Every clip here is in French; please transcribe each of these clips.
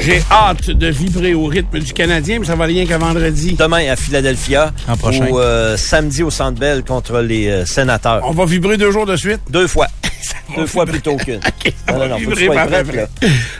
J'ai hâte de vibrer au rythme du Canadien, mais ça va rien qu'à vendredi. Demain à Philadelphia. En prochain. Ou euh, samedi au Centre Bell contre les euh, sénateurs. On va vibrer deux jours de suite. Deux fois. va Deux fois plutôt qu'une. OK, on Non, va non, non, faut que tu vibrer sois par prête, après.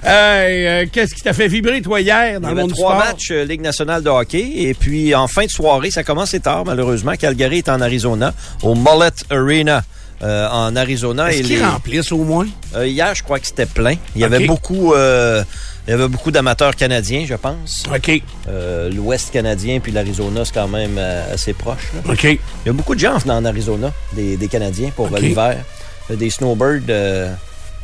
là. Hey, euh, Qu'est-ce qui t'a fait vibrer, toi, hier, dans le Il y avait monde du trois sport? matchs euh, Ligue nationale de hockey. Et puis, en fin de soirée, ça commence c'est tard, malheureusement. Calgary est en Arizona, au Mullet Arena. euh, en Arizona. Est-ce Et qu'ils les- remplissent au moins? euh, hier, je crois que c'était plein. Il y OK. avait beaucoup, euh, il y avait beaucoup d'amateurs canadiens, je pense. OK, Euh, L'Ouest canadien puis l'Arizona, c'est quand même euh, assez proche. là. OK. Il y a beaucoup de gens venant en Arizona, des, des Canadiens pour euh, OK. l'hiver. Il y a Des snowbirds, euh,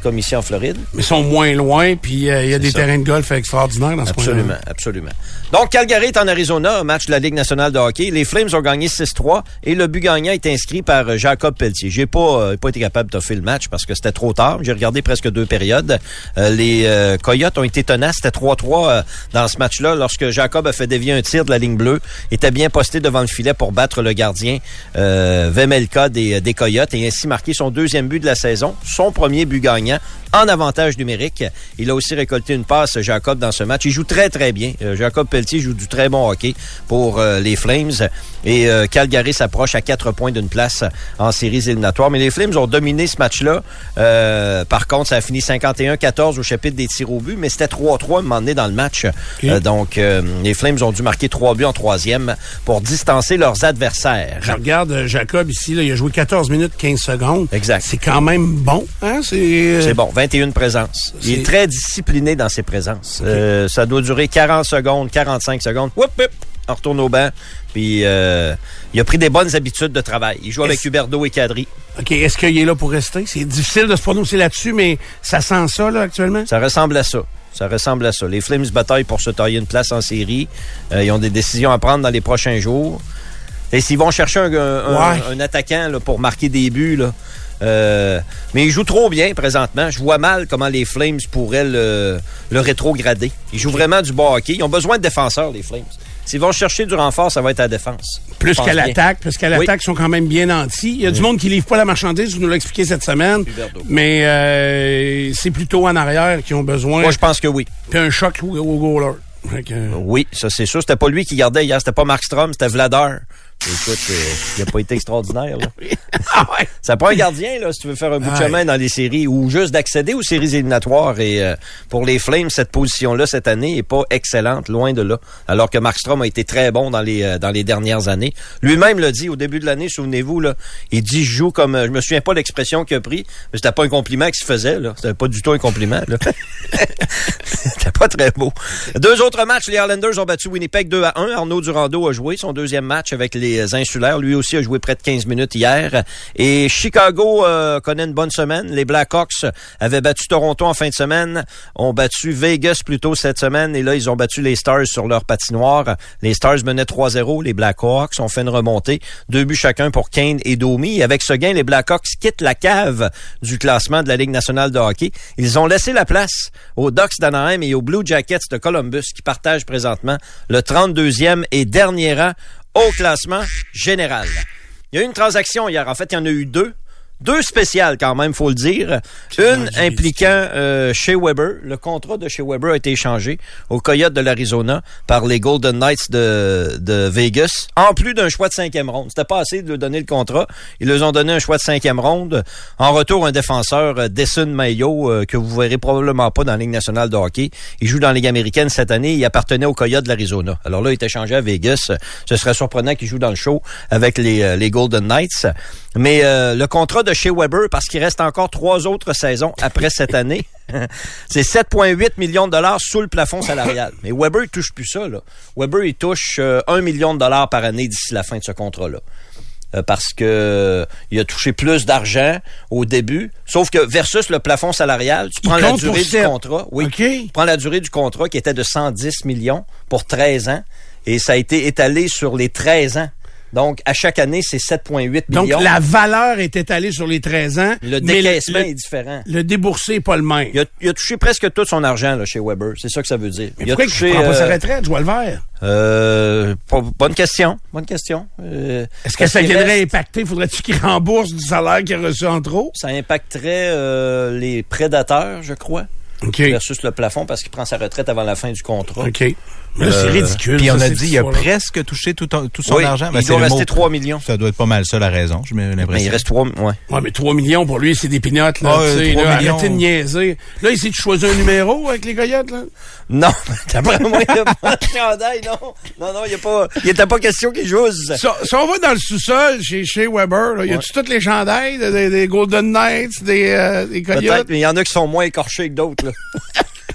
comme ici en Floride. Mais ils sont moins loin, puis euh, il y a des ça. terrains de golf extraordinaires dans ce coin-là. Absolument, absolument. Donc, Calgary est en Arizona, un match de la Ligue nationale de hockey. Les Flames ont gagné 6-3 et le but gagnant est inscrit par euh, Jacob Pelletier. J'ai pas, euh, pas été capable de faire le match parce que c'était trop tard. J'ai regardé presque deux périodes. Euh, les euh, Coyotes ont été tenaces. C'était 3-3 euh, dans ce match-là lorsque Jacob a fait dévier un tir de la ligne bleue. était bien posté devant le filet pour battre le gardien euh, Vemelka des, des Coyotes et ainsi marquer son deuxième but de la saison, son premier but gagnant en avantage numérique. Il a aussi récolté une passe, Jacob, dans ce match. Il joue très, très bien. Euh, Jacob Pelletier joue du très bon hockey pour euh, les Flames. Et euh, Calgary s'approche à quatre points d'une place en séries éliminatoires. Mais les Flames ont dominé ce match-là. Euh, par contre, ça a fini 51-14 au chapitre des tirs au but, mais c'était 3-3 à un moment donné dans le match. Euh, donc, euh, les Flames ont dû marquer trois buts en troisième pour distancer leurs adversaires. Je regarde euh, Jacob ici, là, il a joué 14 minutes 15 secondes. Exact. C'est quand même bon. Hein? C'est C'est bon, 21 présences. Il C'est- est très discipliné dans ses présences. Euh, ça doit durer 40 secondes, 45 secondes. Whoop, whoop, on retourne au banc. Puis euh, il a pris des bonnes habitudes de travail. Il joue avec Est-ce- Huberdeau et Cadry. OK, est-ce qu'il est là pour rester? C'est difficile de se prononcer là-dessus, mais ça sent ça, là, actuellement? Ça ressemble à ça. Ça ressemble à ça. Les Flames bataillent pour se tailler une place en série. Euh, ils ont des décisions à prendre dans les prochains jours. Et s'ils vont chercher un, un- Ouais. un attaquant là, pour marquer des buts, là, euh, mais ils jouent trop bien présentement. Je vois mal comment les Flames pourraient le, le rétrograder. Ils jouent vraiment du bas hockey. Ils ont besoin de défenseurs, les Flames. S'ils vont chercher du renfort, ça va être à la défense. Plus Je pense qu'à bien. l'attaque, plus qu'à l'attaque, ils sont quand même bien nantis. Il y a du monde qui livre pas la marchandise, vous nous l'avez expliqué cette semaine. Huberdeau. Mais euh, c'est plutôt en arrière qui ont besoin. Moi, je Oh. pense que oui. Puis un choc au, au goaler. Fait que- Oui, ça c'est sûr. C'était pas lui qui gardait hier. C'était pas Markstrom, c'était Vladar. Écoute, euh, il a pas été extraordinaire. Là. Ah ouais. Ça prend un gardien, là, si tu veux faire un bout de Aïe. chemin dans les séries ou juste d'accéder aux séries éliminatoires. Et euh, pour les Flames, cette position-là, cette année, est pas excellente, loin de là. Alors que Markstrom a été très bon dans les, euh, dans les dernières années. Lui-même l'a dit au début de l'année, souvenez-vous, là, il dit « je joue comme... euh, » Je me souviens pas de l'expression qu'il a pris, mais c'était pas un compliment qu'il se faisait. là. C'était pas du tout un compliment. là. C'était pas très beau. Deux autres matchs, les Highlanders ont battu Winnipeg 2 à 1. Arnaud Durando a joué son deuxième match avec les Insulaires. Lui aussi a joué près de 15 minutes hier. Et Chicago euh, connaît une bonne semaine. Les Blackhawks avaient battu Toronto en fin de semaine, ont battu Vegas plus tôt cette semaine et là ils ont battu les Stars sur leur patinoire. Les Stars menaient 3-0, les Blackhawks ont fait une remontée, deux buts chacun pour Kane et Domi. Et avec ce gain, les Blackhawks quittent la cave du classement de la Ligue nationale de hockey. Ils ont laissé la place aux Ducks d'Anaheim et aux Blue Jackets de Columbus qui partagent présentement le 32e et dernier rang au classement général. Il y a eu une transaction hier. En fait, il y en a eu deux. Deux spéciales quand même, faut le dire. Une impliquant euh, Shea Weber. Le contrat de Shea Weber a été échangé aux Coyotes de l'Arizona par les Golden Knights de, de Vegas, en plus d'un choix de cinquième ronde. C'était pas assez de leur donner le contrat. Ils leur ont donné un choix de cinquième ronde. En retour, un défenseur, euh, Desson Mayo, euh, que vous verrez probablement pas dans la Ligue nationale de hockey. Il joue dans la Ligue américaine cette année. Il appartenait aux Coyotes de l'Arizona. Alors là, il est échangé à Vegas. Ce serait surprenant qu'il joue dans le show avec les, euh, les Golden Knights. Mais euh, le contrat de chez Weber, parce qu'il reste encore trois autres saisons après cette année, c'est 7,8 millions de dollars sous le plafond salarial. Mais Weber, il touche plus ça. Là. Weber, il touche euh, 1 million de dollars par année d'ici la fin de ce contrat-là. Euh, parce que euh, il a touché plus d'argent au début, sauf que versus le plafond salarial, tu Il prends la compte pour durée du sept. contrat, oui, OK. tu prends la durée du contrat qui était de 110 millions pour 13 ans et ça a été étalé sur les 13 ans. Donc à chaque année, c'est 7.8 Donc, millions. la valeur est étalée sur les 13 ans. le mais décaissement le- est différent. le déboursé n'est pas le même. Il a, il a touché presque tout son argent là, chez Weber. C'est ça que ça veut dire. Mais il a pourquoi touché. il prend pas sa euh, retraite, je vois le vert? euh, pas- bonne question. Bonne question. Euh, Est-ce que parce ça qu'il viendrait reste- impacter? Faudrait-tu qu'il rembourse du salaire qu'il a reçu en trop? Ça impacterait euh, les prédateurs, je crois. OK. versus le plafond parce qu'il prend sa retraite avant la fin du contrat. OK. Mais là, c'est Euh, ridicule. Puis on ça, a cette dit, il a histoire-là. presque touché tout, ton- tout son Oui, argent. Ben, il c'est doit le rester mot- 3 millions. Ça doit être pas mal ça la raison, j'ai l'impression. Mais il reste 3 ouais. Ouais, mais 3 millions pour lui, c'est des pinottes, Ah, là. Ouais, euh, tu sais, 3 là, millions. arrêtez de niaiser. Là, il s'est choisi un numéro avec les coyotes, là. Non, d'après moi, il a pas de chandail, non. Non, non, il n'y a pas. Il n'était pas question qu'il joue. Si on- si on va dans le sous-sol chez, chez Weber, là, y a-tu toutes les chandails, de- des, des Golden Knights, des, euh, des Peut-être, coyotes? mais il y en a qui sont moins écorchés que d'autres. là.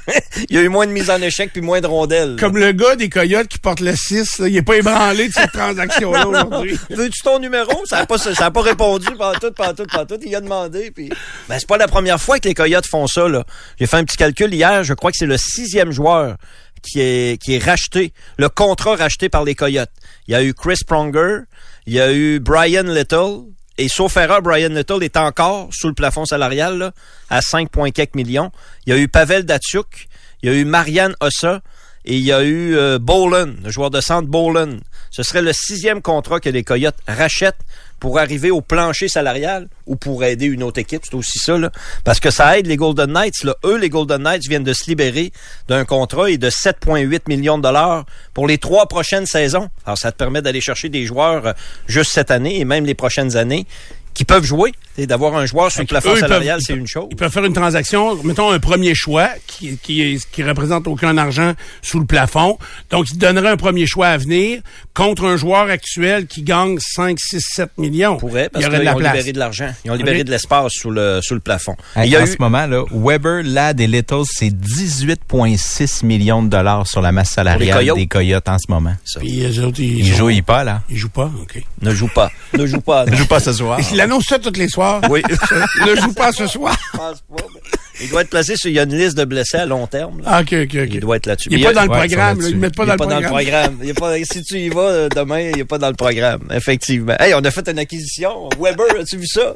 il y a eu moins de mise en échec puis moins de rondelles. là. Comme le gars des coyotes qui porte le 6, là, il est pas ébranlé de cette transaction-là aujourd'hui. Veux-tu ton numéro? Ça n'a pas, ça a pas répondu pantoute, pantoute, pantoute. Il a demandé. Puis... Ben, c'est pas la première fois que les Coyotes font ça. là. J'ai fait un petit calcul hier. Je crois que c'est le sixième joueur qui est, qui est racheté, le contrat racheté par les Coyotes. Il y a eu Chris Pronger, il y a eu Brian Little. Et sauf erreur, Brian Little est encore sous le plafond salarial là, à 5,4 millions. Il y a eu Pavel Datsuk, il y a eu Marianne Ossa, et il y a eu euh, Bolan, le joueur de centre Bolan. Ce serait le sixième contrat que les Coyotes rachètent pour arriver au plancher salarial ou pour aider une autre équipe. C'est aussi ça, là. Parce que ça aide les Golden Knights. Là. Eux, les Golden Knights viennent de se libérer d'un contrat et de 7,8 millions de dollars pour les trois prochaines saisons. Alors, ça te permet d'aller chercher des joueurs euh, juste cette année et même les prochaines années qui peuvent jouer. Et d'avoir un joueur sur le plafond Eux, ils peuvent- salarial, ils c'est peuvent- une chose. Ils peuvent faire une transaction, mettons un premier choix qui qui, est- qui représente aucun argent sous le plafond. Donc, ils donneraient un premier choix à venir contre un joueur actuel qui gagne 5, 6, 7 millions. pourrait parce il y aurait qu'ils de la ont place. libéré de l'argent. Ils ont libéré Ok. de l'espace sous le, sous le plafond. Et Hey, il y a en eu- ce moment, là, Weber, Ladd et Littles, c'est 18,6 millions de dollars sur la masse salariale Pour les Coyotes. des Coyotes en ce moment. Puis les autres, ils, Ils, sont- jouent pas, là. Ils jouent pas, OK. Ne joue pas. Ne joue pas. Ils non. jouent pas ce soir. Il annonce ça tous les soirs. Oui. Il ne joue pas ce soir. Je pense pas, mais Il doit être placé sur il y a une liste de blessés à long terme. là. Ah, OK, OK, Il OK. doit être là-dessus. Il Mais n'est pas dans le Ouais, ils sont programme. là. Ils là-dessus. ne mettent pas il dans est le pas dans le programme. programme. Il est pas- si tu y vas euh, demain, il n'est pas dans le programme, effectivement. Hey, on a fait une acquisition. Weber, as-tu vu ça?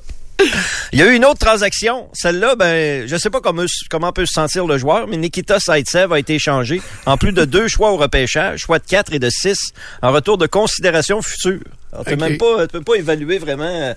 Il y a eu une autre transaction. Celle-là, ben, je sais pas comment, comment peut se sentir le joueur, mais Nikita Saitsev a été échangé en plus de deux choix au repêchage, choix de 4 et de 6, en retour de considération future. Alors, t'as Ok. même pas, tu peux pas évaluer vraiment euh,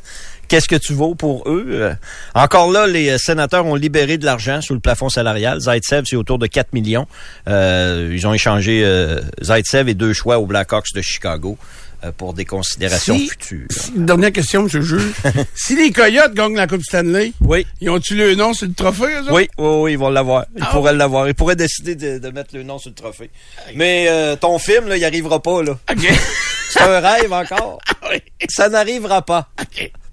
qu'est-ce que tu vaux pour eux. Euh, Encore là, les euh, sénateurs ont libéré de l'argent sous le plafond salarial. Zaitsev, c'est autour de 4 millions. Euh, ils ont échangé euh, Zaitsev et deux choix aux Blackhawks de Chicago euh, pour des considérations Si- futures. si- dernière question, monsieur le juge. si les Coyotes gagnent la Coupe Stanley, Oui. ils ont-tu le nom sur le trophée, eux autres? Oui, oui, oui, ils vont l'avoir. Ils Ah pourraient l'avoir. Ils pourraient décider de, de mettre le nom sur le trophée. Mais euh, ton film, là, il n'y arrivera pas, là. OK. C'est un rêve encore. Ça n'arrivera pas.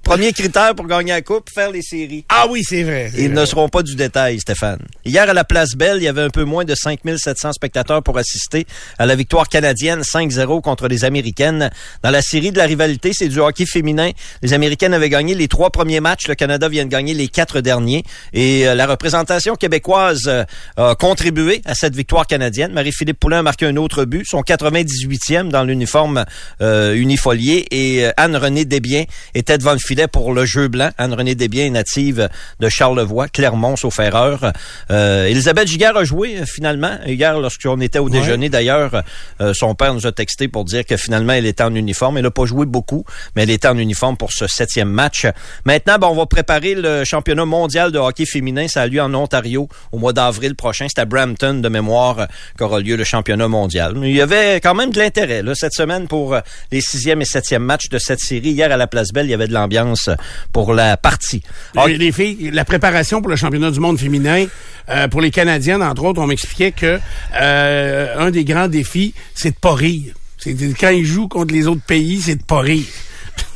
Premier critère pour gagner la coupe, faire les séries. Ah oui, c'est vrai. c'est Ils vrai. ne seront pas du détail, Stéphane. Hier, à la Place Belle, il y avait un peu moins de 5700 spectateurs pour assister à la victoire canadienne 5-0 contre les Américaines. Dans la série de la rivalité, c'est du hockey féminin. Les Américaines avaient gagné les trois premiers matchs. Le Canada vient de gagner les quatre derniers. Et euh, la représentation québécoise euh, a contribué à cette victoire canadienne. Marie-Philippe Poulin a marqué un autre but, son 98e dans l'uniforme euh, unifolié. Et euh, Anne-Renée Desbiens était devant le filet pour le jeu blanc. Anne-Renée Desbiens est native de Charlevoix, Clermont, sauf erreur. Euh, Elisabeth Giguère a joué euh, finalement. Hier, lorsqu'on était au déjeuner, d'ailleurs, euh, son père nous a texté pour dire que finalement, elle était en uniforme. Elle n'a pas joué beaucoup, mais elle était en uniforme pour ce septième match. Maintenant, ben, on va préparer le championnat mondial de hockey féminin. Ça a lieu en Ontario au mois d'avril prochain. C'est à Brampton, de mémoire, euh, qu'aura lieu le championnat mondial. Mais Il y avait quand même de l'intérêt là, cette semaine pour euh, les sixième et septième matchs de cette série. Hier, à la Place Belle, il y avait de l'ambiance euh, pour la partie. Les- Les filles, la préparation pour le championnat du monde féminin, euh, pour les Canadiennes, entre autres, on m'expliquait que euh, un des grands défis, c'est de pas rire. C'est de- quand ils jouent contre les autres pays, c'est de pas rire.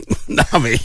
non, mais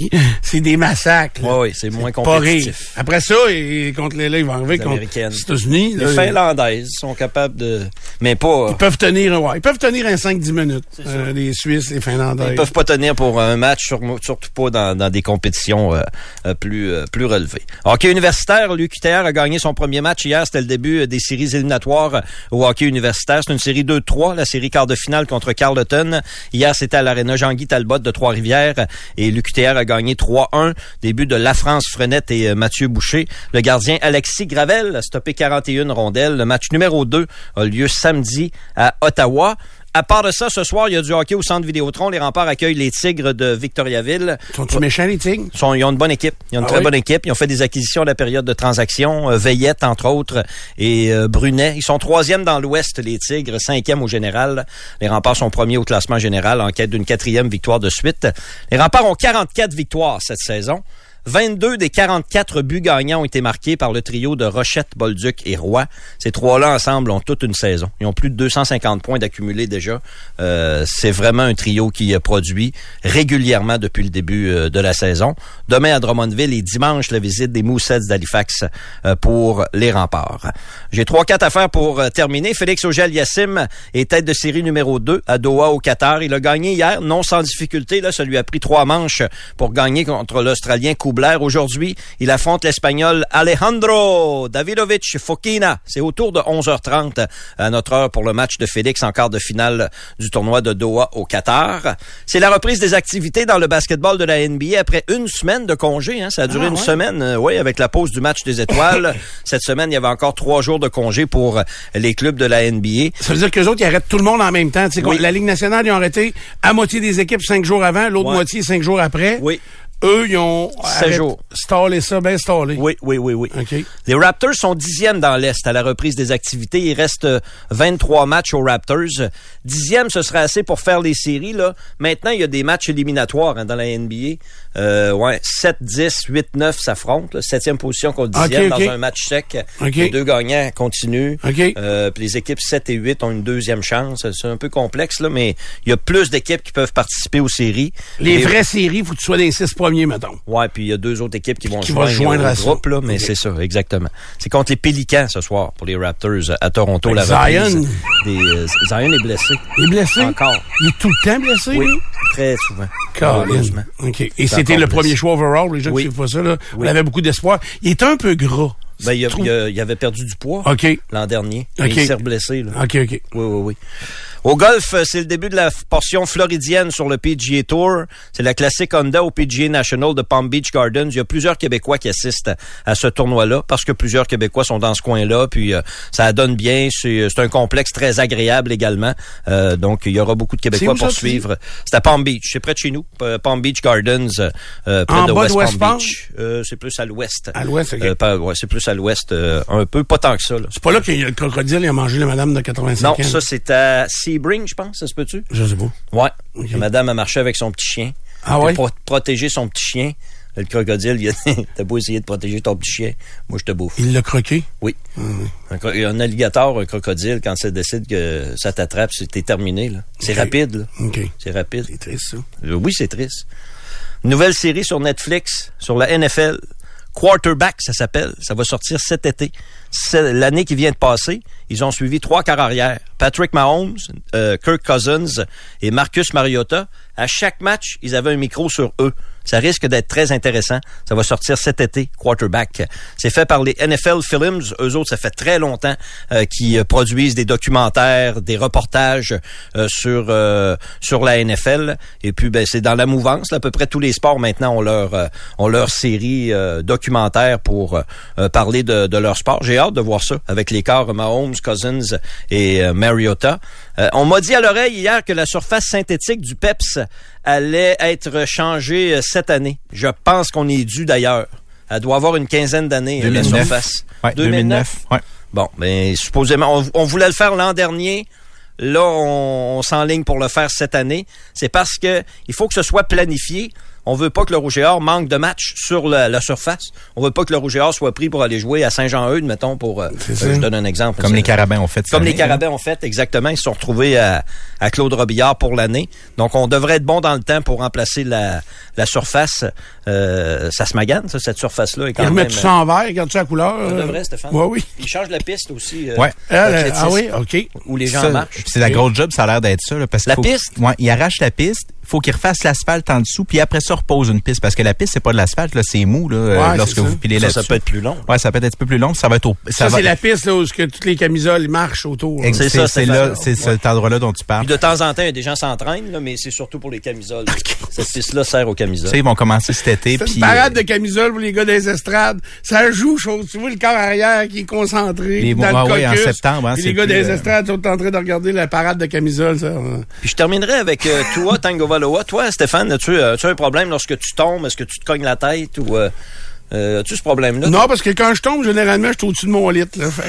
c'est des massacres. là. Oui, oui, Ah, c'est moins De pas rire. compétitif. Après ça, et contre les, là, ils vont arriver Les contre Américaines. les États-Unis. Les là, Finlandaises sont capables de... Mais pas... Ils peuvent tenir, ouais, ils peuvent tenir un 5-10 minutes. euh, les Suisses, les Finlandais. Ils peuvent pas tenir pour un match, sur- surtout pas dans, dans des compétitions euh, euh, plus, euh, plus relevées. Hockey universitaire, l'UQTR a gagné son premier match hier. C'était le début euh, des séries éliminatoires euh, au hockey universitaire. C'est une série 2-3, la série quart de finale contre Carleton. Hier, c'était à l'Arena Jean-Guy Talbot de Trois-Rivières euh, et l'UQTR a gagné 3-1. Début de La France Frenette et euh, Mathieu Boucher. Le gardien Alexis Gravel a stoppé 41 rondelles. Le match numéro 2 a lieu samedi à Ottawa. à part de ça, ce soir, il y a du hockey au centre Vidéotron. Les remparts accueillent les Tigres de Victoriaville. Sont-tu méchants, les Tigres? Ils sont- ils ont une bonne équipe. Ils ont une Ah très oui? bonne équipe. Ils ont fait des acquisitions à la période de transaction. euh, Veillette, entre autres, et euh, Brunet. Ils sont troisième dans l'Ouest, les Tigres, cinquième au général. Les remparts sont premiers au classement général en quête d'une quatrième victoire de suite. Les remparts ont 44 victoires cette saison. 22 des 44 buts gagnants ont été marqués par le trio de Rochette, Bolduc et Roy. Ces trois-là ensemble ont toute une saison. Ils ont plus de 250 points d'accumulés déjà. Euh, c'est vraiment un trio qui euh, produit régulièrement depuis le début euh, de la saison. Demain à Drummondville et dimanche, la visite des Moussets d'Halifax euh, pour les remparts. J'ai trois, quatre affaires pour euh, terminer. Félix Ogel Yassim est tête de série numéro 2 à Doha au Qatar. Il a gagné hier, non sans difficulté. Là, ça lui a pris trois manches pour gagner contre l'Australien Koubler. Aujourd'hui, il affronte l'Espagnol Alejandro Davidovich Fokina. C'est autour de 11h30 à notre heure pour le match de Félix en quart de finale du tournoi de Doha au Qatar. C'est la reprise des activités dans le basketball de la NBA après une semaine de congé. hein. Ça a Ah, duré une semaine, euh, oui, avec la pause du match des étoiles. Cette semaine, il y avait encore trois jours de congé pour euh, les clubs de la NBA. Ça veut dire qu'eux autres, ils arrêtent tout le monde en même temps. Tu sais, Oui. La Ligue nationale, ils ont arrêté à moitié des équipes cinq jours avant, l'autre Ouais. moitié cinq jours après. Oui. Eux, ils ont Sept arrêt- jours. stallé ça, ben stallé. Oui, oui, oui, oui. OK. Les Raptors sont dixièmes dans l'Est à la reprise des activités. Il reste euh, 23 matchs aux Raptors. Dixième, ce serait assez pour faire les séries. Là. Maintenant, il y a des matchs éliminatoires hein, dans la NBA. Euh, ouais, 7, 10, 8, 9 s'affrontent. là. Septième position contre OK, dixième OK. dans un match sec. OK. Les deux gagnants continuent. OK. Euh, puis les équipes 7 et 8 ont une deuxième chance. C'est un peu complexe, là, mais il y a plus d'équipes qui peuvent participer aux séries. Les Et- vraies séries, faut que tu sois dans les six premiers, mettons. Ouais, puis il y a deux autres équipes qui vont Qui se vont se joindre au à ça. groupe, là, mais Ok. c'est ça, exactement. C'est contre les Pélicans ce soir pour les Raptors euh, à Toronto. Ben, la Zion. reprise Des, euh, Zion est blessé. Il est blessé? Encore. Il est tout le temps blessé, Oui, lui? très souvent. Colin. malheureusement. OK. Et c'était le encore blessé. premier choix overall, les gens Oui. qui suivent pas ça, là. Oui. On avait beaucoup d'espoir. Il est un peu gras. Ben, il, a- Je trouve- il a- il avait perdu du poids OK. l'an dernier. Et Ok. il s'est blessé. Là. OK, OK. Oui, oui, oui. Au golf, euh, c'est le début de la f- portion floridienne sur le PGA Tour. C'est la classique Honda au PGA National de Palm Beach Gardens. Il y a plusieurs Québécois qui assistent à- à ce tournoi-là parce que plusieurs Québécois sont dans ce coin-là. Puis euh, ça donne bien. C'est euh, c'est un complexe très agréable également. Euh, donc, il y aura beaucoup de Québécois où pour ça, tu suivre. C'est à Palm Beach. C'est près de chez nous. P- Palm Beach Gardens, euh, euh, près En de bas West de West Palm Palm? Beach. Euh, c'est plus à l'ouest. À l'ouest, OK. Euh, par- ouais, c'est plus à l'ouest euh, un peu. Pas tant que ça. là. C'est pas là qu'il y a le crocodile, il a mangé la madame de 85 Non, ans. ça c'est à Sebring, je pense, ça se peut-tu? Je sais pas. Ouais. Ok. La Madame a marché avec son petit chien. Ah Puis ouais? Pour protéger son petit chien. Le crocodile, il a dit, t'as beau essayer de protéger ton petit chien. Moi, je te bouffe. Il l'a croqué. Hmm, Oui. Un, cro- un alligator, un crocodile, quand ça décide que ça t'attrape, c'est t'es terminé. là. C'est Ok. rapide. là. OK. C'est rapide. C'est triste, ça. Euh, Oui, c'est triste. Nouvelle série sur Netflix, sur la NFL. Quarterback, ça s'appelle. Ça va sortir cet été. C'est l'année qui vient de passer. Ils ont suivi trois carrières. Patrick Mahomes, euh, Kirk Cousins et Marcus Mariota. À chaque match, ils avaient un micro sur eux. Ça risque d'être très intéressant. Ça va sortir cet été, Quarterback. C'est fait par les NFL Films. Eux autres, ça fait très longtemps euh, qu'ils euh, produisent des documentaires, des reportages euh, sur euh, sur la NFL. Et puis, ben, c'est dans la mouvance. là. à peu près tous les sports maintenant ont leur euh, ont leur série euh, documentaire pour euh, euh, parler de, de leur sport. J'ai hâte de voir ça avec les corps Mahomes, Cousins et euh, Mariota. Euh, on m'a dit à l'oreille hier que la surface synthétique du PEPS allait être changée euh, cette année. Je pense qu'on est dû d'ailleurs. Elle doit avoir une quinzaine d'années, euh, la 2009. surface. Ouais, 2009. ouais. Bon, ben supposément, on, on voulait le faire l'an dernier. Là, on, on s'enligne pour le faire cette année. C'est parce que il faut que ce soit planifié. On veut pas que le Rouge et Or manque de matchs sur la, la surface. On veut pas que le Rouge et Or soit pris pour aller jouer à Saint-Jean-Eudes, mettons, pour... euh, C'est euh, ça. je donne un exemple. Comme C'est- les Carabins ont fait cette comme les année, Carabins ont fait, exactement. Ils se sont retrouvés à, à Claude Robillard pour l'année. Donc, on devrait être bon dans le temps pour remplacer la, la surface. Euh, ça se magane, ça, cette surface-là. est quand Il remet même... euh, tout ça en vert, regarde-tu la couleur? Ça euh? devrait, Stéphane. Ouais, oui. Ils changent la piste aussi. euh, Ouais. Elle, euh, d'athlétisme, ah oui, OK. Où les gens Ça, marchent. C'est la grosse job, ça a l'air d'être ça. là, parce qu'il La faut- piste? Ouais, il arrache la piste, faut qu'il refasse l'asphalte en dessous, puis après ça, repose une piste. Parce que la piste, c'est pas de l'asphalte, là, c'est mou, là, euh, c'est lorsque ça. vous pilez Ça, là-dessus. ça peut être plus long. Ouais, ça peut être un petit peu plus long, puis ça va être au, Ça, va- c'est la piste là, où ce que toutes les camisoles marchent autour. là. Ex- C'est C'est ça, c'est Stéphane. là, c'est cet endroit-là dont tu parles. Puis de temps en temps, des gens s'entraînent, là, mais c'est surtout pour les camisoles. Cette piste-là sert aux Tu camisoles. sais, ils vont commencer cet été. C'est puis euh, une parade de camisole pour les gars des estrades. Ça joue chose. Tu vois le corps arrière qui est concentré Les- dans ah le ouais, en caucus. septembre, hein, Puis c'est les gars plus, des euh, estrades sont en train de regarder la parade de camisole. Ça. euh. Puis je terminerai avec euh, toi, Tango Valoa. Toi, Stéphane, as-tu euh, as-tu un problème lorsque tu tombes? Est-ce que tu te cognes la tête ou euh, euh, as-tu ce problème-là? Non, parce que quand je tombe, généralement, je suis au-dessus de mon lit. Là, fait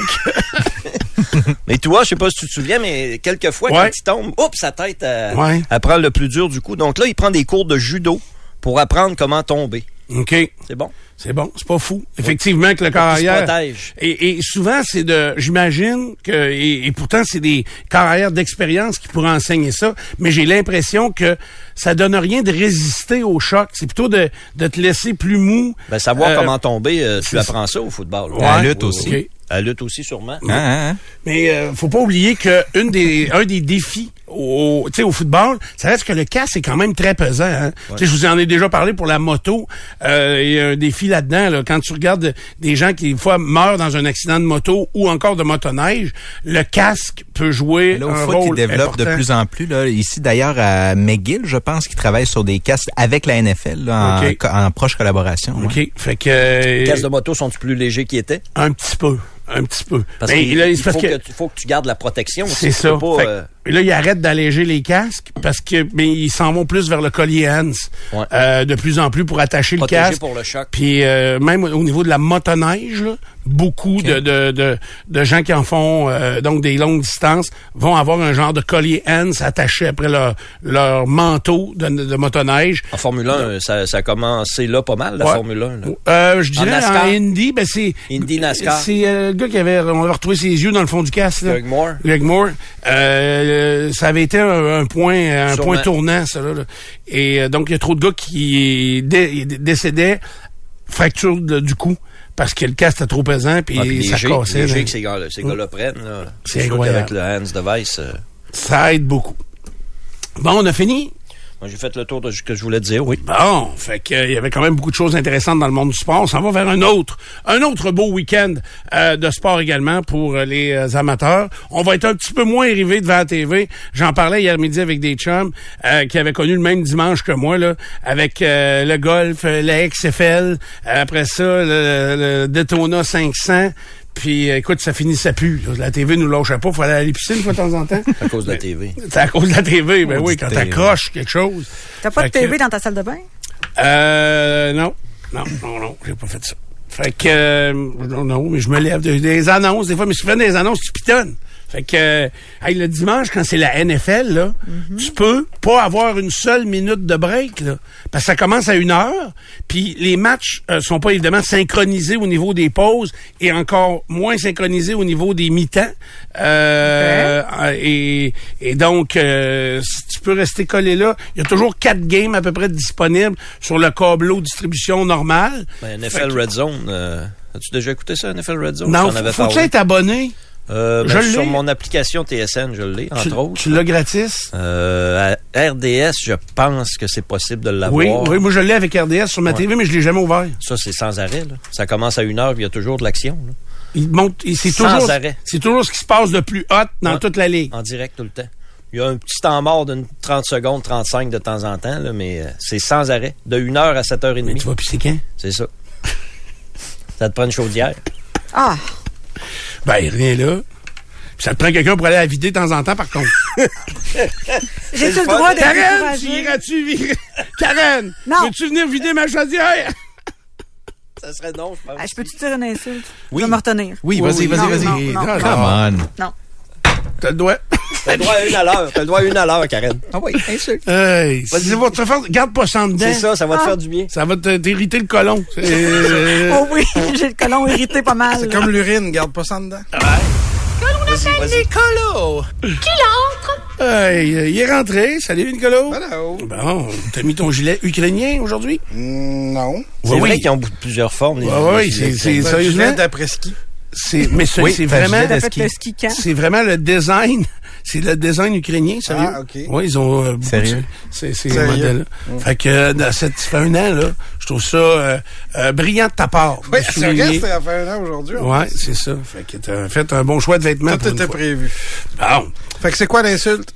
que- Mais toi, je sais pas si tu te souviens, mais quelquefois, Ouais. quand il tombe, oups, sa tête, elle, Ouais. elle prend le plus dur du coup. Donc là, il prend des cours de judo pour apprendre comment tomber. OK. C'est bon? C'est bon, c'est pas fou. Effectivement que le corps Puis il se arrière- protège. Et, et souvent, c'est de, j'imagine que, et, et pourtant, c'est des carrières d'expérience qui pourraient enseigner ça, mais j'ai l'impression que ça donne rien de résister au choc. C'est plutôt de, de te laisser plus mou. Ben, savoir Euh, comment tomber, euh, tu c'est apprends ça au football. Ouais. À la lutte aussi. Ok. À la lutte aussi, sûrement. Hein, hein, hein? Mais euh, faut pas oublier que une des un des défis au, au- tu sais, au football, ça reste que le casque est quand même très pesant. hein. Tu sais, Je vous en ai déjà parlé pour la moto. Euh, Il y a un défi là-dedans. là. Quand tu regardes des gens qui, des fois, meurent dans un accident de moto ou encore de motoneige, le casque peut jouer Là, au un foot, ils rôle développent important. de plus en plus. Là. Ici, d'ailleurs, à McGill, je pense qu'ils travaillent sur des casques avec la NFL là, en, Ok. co- en proche collaboration. ouais. OK. Fait que... euh, Les caisses de moto sont-tu plus légers qu'ils étaient? un petit peu. Un petit peu. Parce Mais qu'il Ben, là, il c'est faut, parce que... tu- faut que tu gardes la protection. aussi. C'est Tu ça. peux pas, Fait que- euh, et là, ils arrêtent d'alléger les casques parce que mais ils s'en vont plus vers le collier Hans Ouais. euh, de plus en plus pour attacher Protéger le casque. pour le choc. Puis euh, même au niveau de la motoneige, là, beaucoup de, de, de, de gens qui en font euh, donc des longues distances vont avoir un genre de collier Hans attaché après leur, leur manteau de, de motoneige. en Formule 1, ça, ça a commencé là pas mal, la Formule 1. là. Euh, je dirais en, NASCAR. Indy, ben c'est Indy NASCAR. C'est euh, le gars qui avait on avait retrouvé ses yeux dans le fond du casque. là. Greg Moore. Greg Moore. Euh, ça avait été un, un point un Sûrement. point tournant ça là. là. Et euh, donc il y a trop de gars qui dé- décédaient fracture de- du cou parce que le casque était trop pesant puis Ah, puis les ça jeux- cassait. les là. jeux que ces gars-là ces gars-là prennent. là. C'est sûr incroyable. qu'avec le Hans Device, euh, Ça aide beaucoup. Bon, on a fini. moi, j'ai fait le tour de ce que je voulais te dire, oui. Bon, fait que euh, il y avait quand même beaucoup de choses intéressantes dans le monde du sport. On s'en va vers un autre, un autre beau week-end euh, de sport également pour euh, les euh, amateurs. On va être un petit peu moins arrivé devant la TV. J'en parlais hier midi avec des chums euh, qui avaient connu le même dimanche que moi là, avec euh, le golf, euh, la XFL, euh, après ça le, le Daytona 500. Puis euh, écoute, ça finissait plus. là. La TV nous lâchait pas. Fallait aller à la piscine une fois de temps en temps. À cause de la TV. C'est à cause de la TV, ben oui, Maudite quand TV. t'accroches quelque chose. T'as pas de Fait que- TV dans ta salle de bain? euh, non. Non, non, non, j'ai pas fait ça. Fait que, euh, non, non, mais je me lève de- des annonces. Des fois, mais souvent, des annonces, tu pitonnes. Fait que, euh, hey, le dimanche, quand c'est la NFL, là, tu peux pas avoir une seule minute de break, là. Parce que ça commence à une heure, puis les matchs euh, sont pas évidemment synchronisés au niveau des pauses et encore moins synchronisés au niveau des mi-temps. Euh, euh, et, et donc, euh, si tu peux rester collé là, il y a toujours quatre games à peu près disponibles sur le câbleau distribution normale. Ben, NFL Red Zone, euh, as-tu déjà écouté ça, NFL Red Zone? non, J'en avais faut que tu parlé. être abonné. Euh, ben, Je l'ai. sur mon application TSN, je l'ai, entre Tu, autres. tu l'as gratis. Euh, à RDS, je pense que c'est possible de l'avoir. Oui, oui, moi je l'ai avec RDS sur ma TV, mais je l'ai jamais ouvert. Ça, c'est sans arrêt. Là. Ça commence à une heure, puis il y a toujours de l'action. là. Il monte, il- c'est Sans toujours, arrêt. c'est toujours ce qui se passe de plus hot dans Ouais. Ah, toute la ligue. En direct tout le temps. Il y a un petit temps mort d'une 30 secondes, 35 de temps en temps, là, mais euh, c'est sans arrêt. De 1 heure à 7 h 30 Mais tu vas pisser quand? C'est ça. ça te prend une chaudière. Ah! Ben, rien là. Puis ça te prend quelqu'un pour aller la vider de temps en temps, par contre. J'ai-tu le le fun. droit de Karen, tu décourager? iras-tu virer? Karen, Non. veux-tu venir vider ma chaudière? Ça serait non, je pense. Ah, Je peux-tu dire une insulte? Oui. Je vais me retenir. Oui, vas-y, vas-y, non, vas-y. non, non, Non, hein. Come non. on. Non. T'as le doigt. T'as le droit à une à l'heure. T'as le droit à une à l'heure, Karen. Ah oui, bien sûr. Hey, si c'est votre force, garde pas sans dedans. C'est ça, ça va te faire du bien. Ça va te- t'irriter le colon. C'est- euh, Oh oui, j'ai le colon irrité pas mal. C'est comme l'urine, garde pas ça dedans. Ah. hey, euh, il est rentré. Salut, Nicolas. Hello. Bon, t'as mis ton gilet ukrainien aujourd'hui? Mm, non. C'est Oui, vrai oui. qu'ils ont plusieurs formes. les- Ah Ouais, ouais, les- c'est- les- c'est- les- ça. Un Sérieusement? gilet d'après-ski. C'est, mais c'est, Oui, c'est t'as le vraiment, gilet T'as fait le ski camp. c'est vraiment le design. C'est le design ukrainien, sérieux. Ah, ok. Oui, ils ont euh, beaucoup de- Sérieux? C'est, c'est Sérieux? Mm. modèle. Fait que, euh, dans cette, ça fait un an, là, je trouve ça, euh, euh, brillant de ta part. de Oui, c'est vrai, souligner. c'était à faire un an aujourd'hui. en Ouais, plus. c'est ça. Fait que t'as fait un bon choix de vêtements. Tout pour une était fois. prévu. Bon. Fait que c'est quoi l'insulte?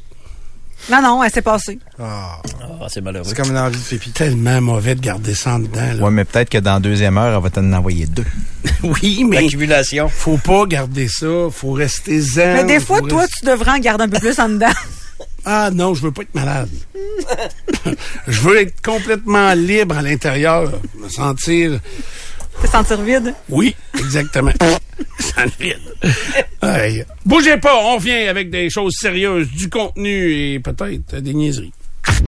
Non, non, elle s'est passée. Ah, Ah, c'est malheureux. c'est comme une envie de pipi. Tellement mauvais de garder ça en dedans. là. Ouais, mais peut-être que dans la deuxième heure, elle va t'en envoyer deux. Oui, mais L'accumulation. faut pas garder ça. Faut rester zen. Mais des faut fois, toi, rester- tu devrais en garder un peu plus en dedans. Ah non, je veux pas être malade. je veux être complètement libre à l'intérieur. Me sentir... Te sentir vide. Oui, exactement. Ça me vide. Aïe. Bougez pas, on vient avec des choses sérieuses, du contenu et peut-être des niaiseries.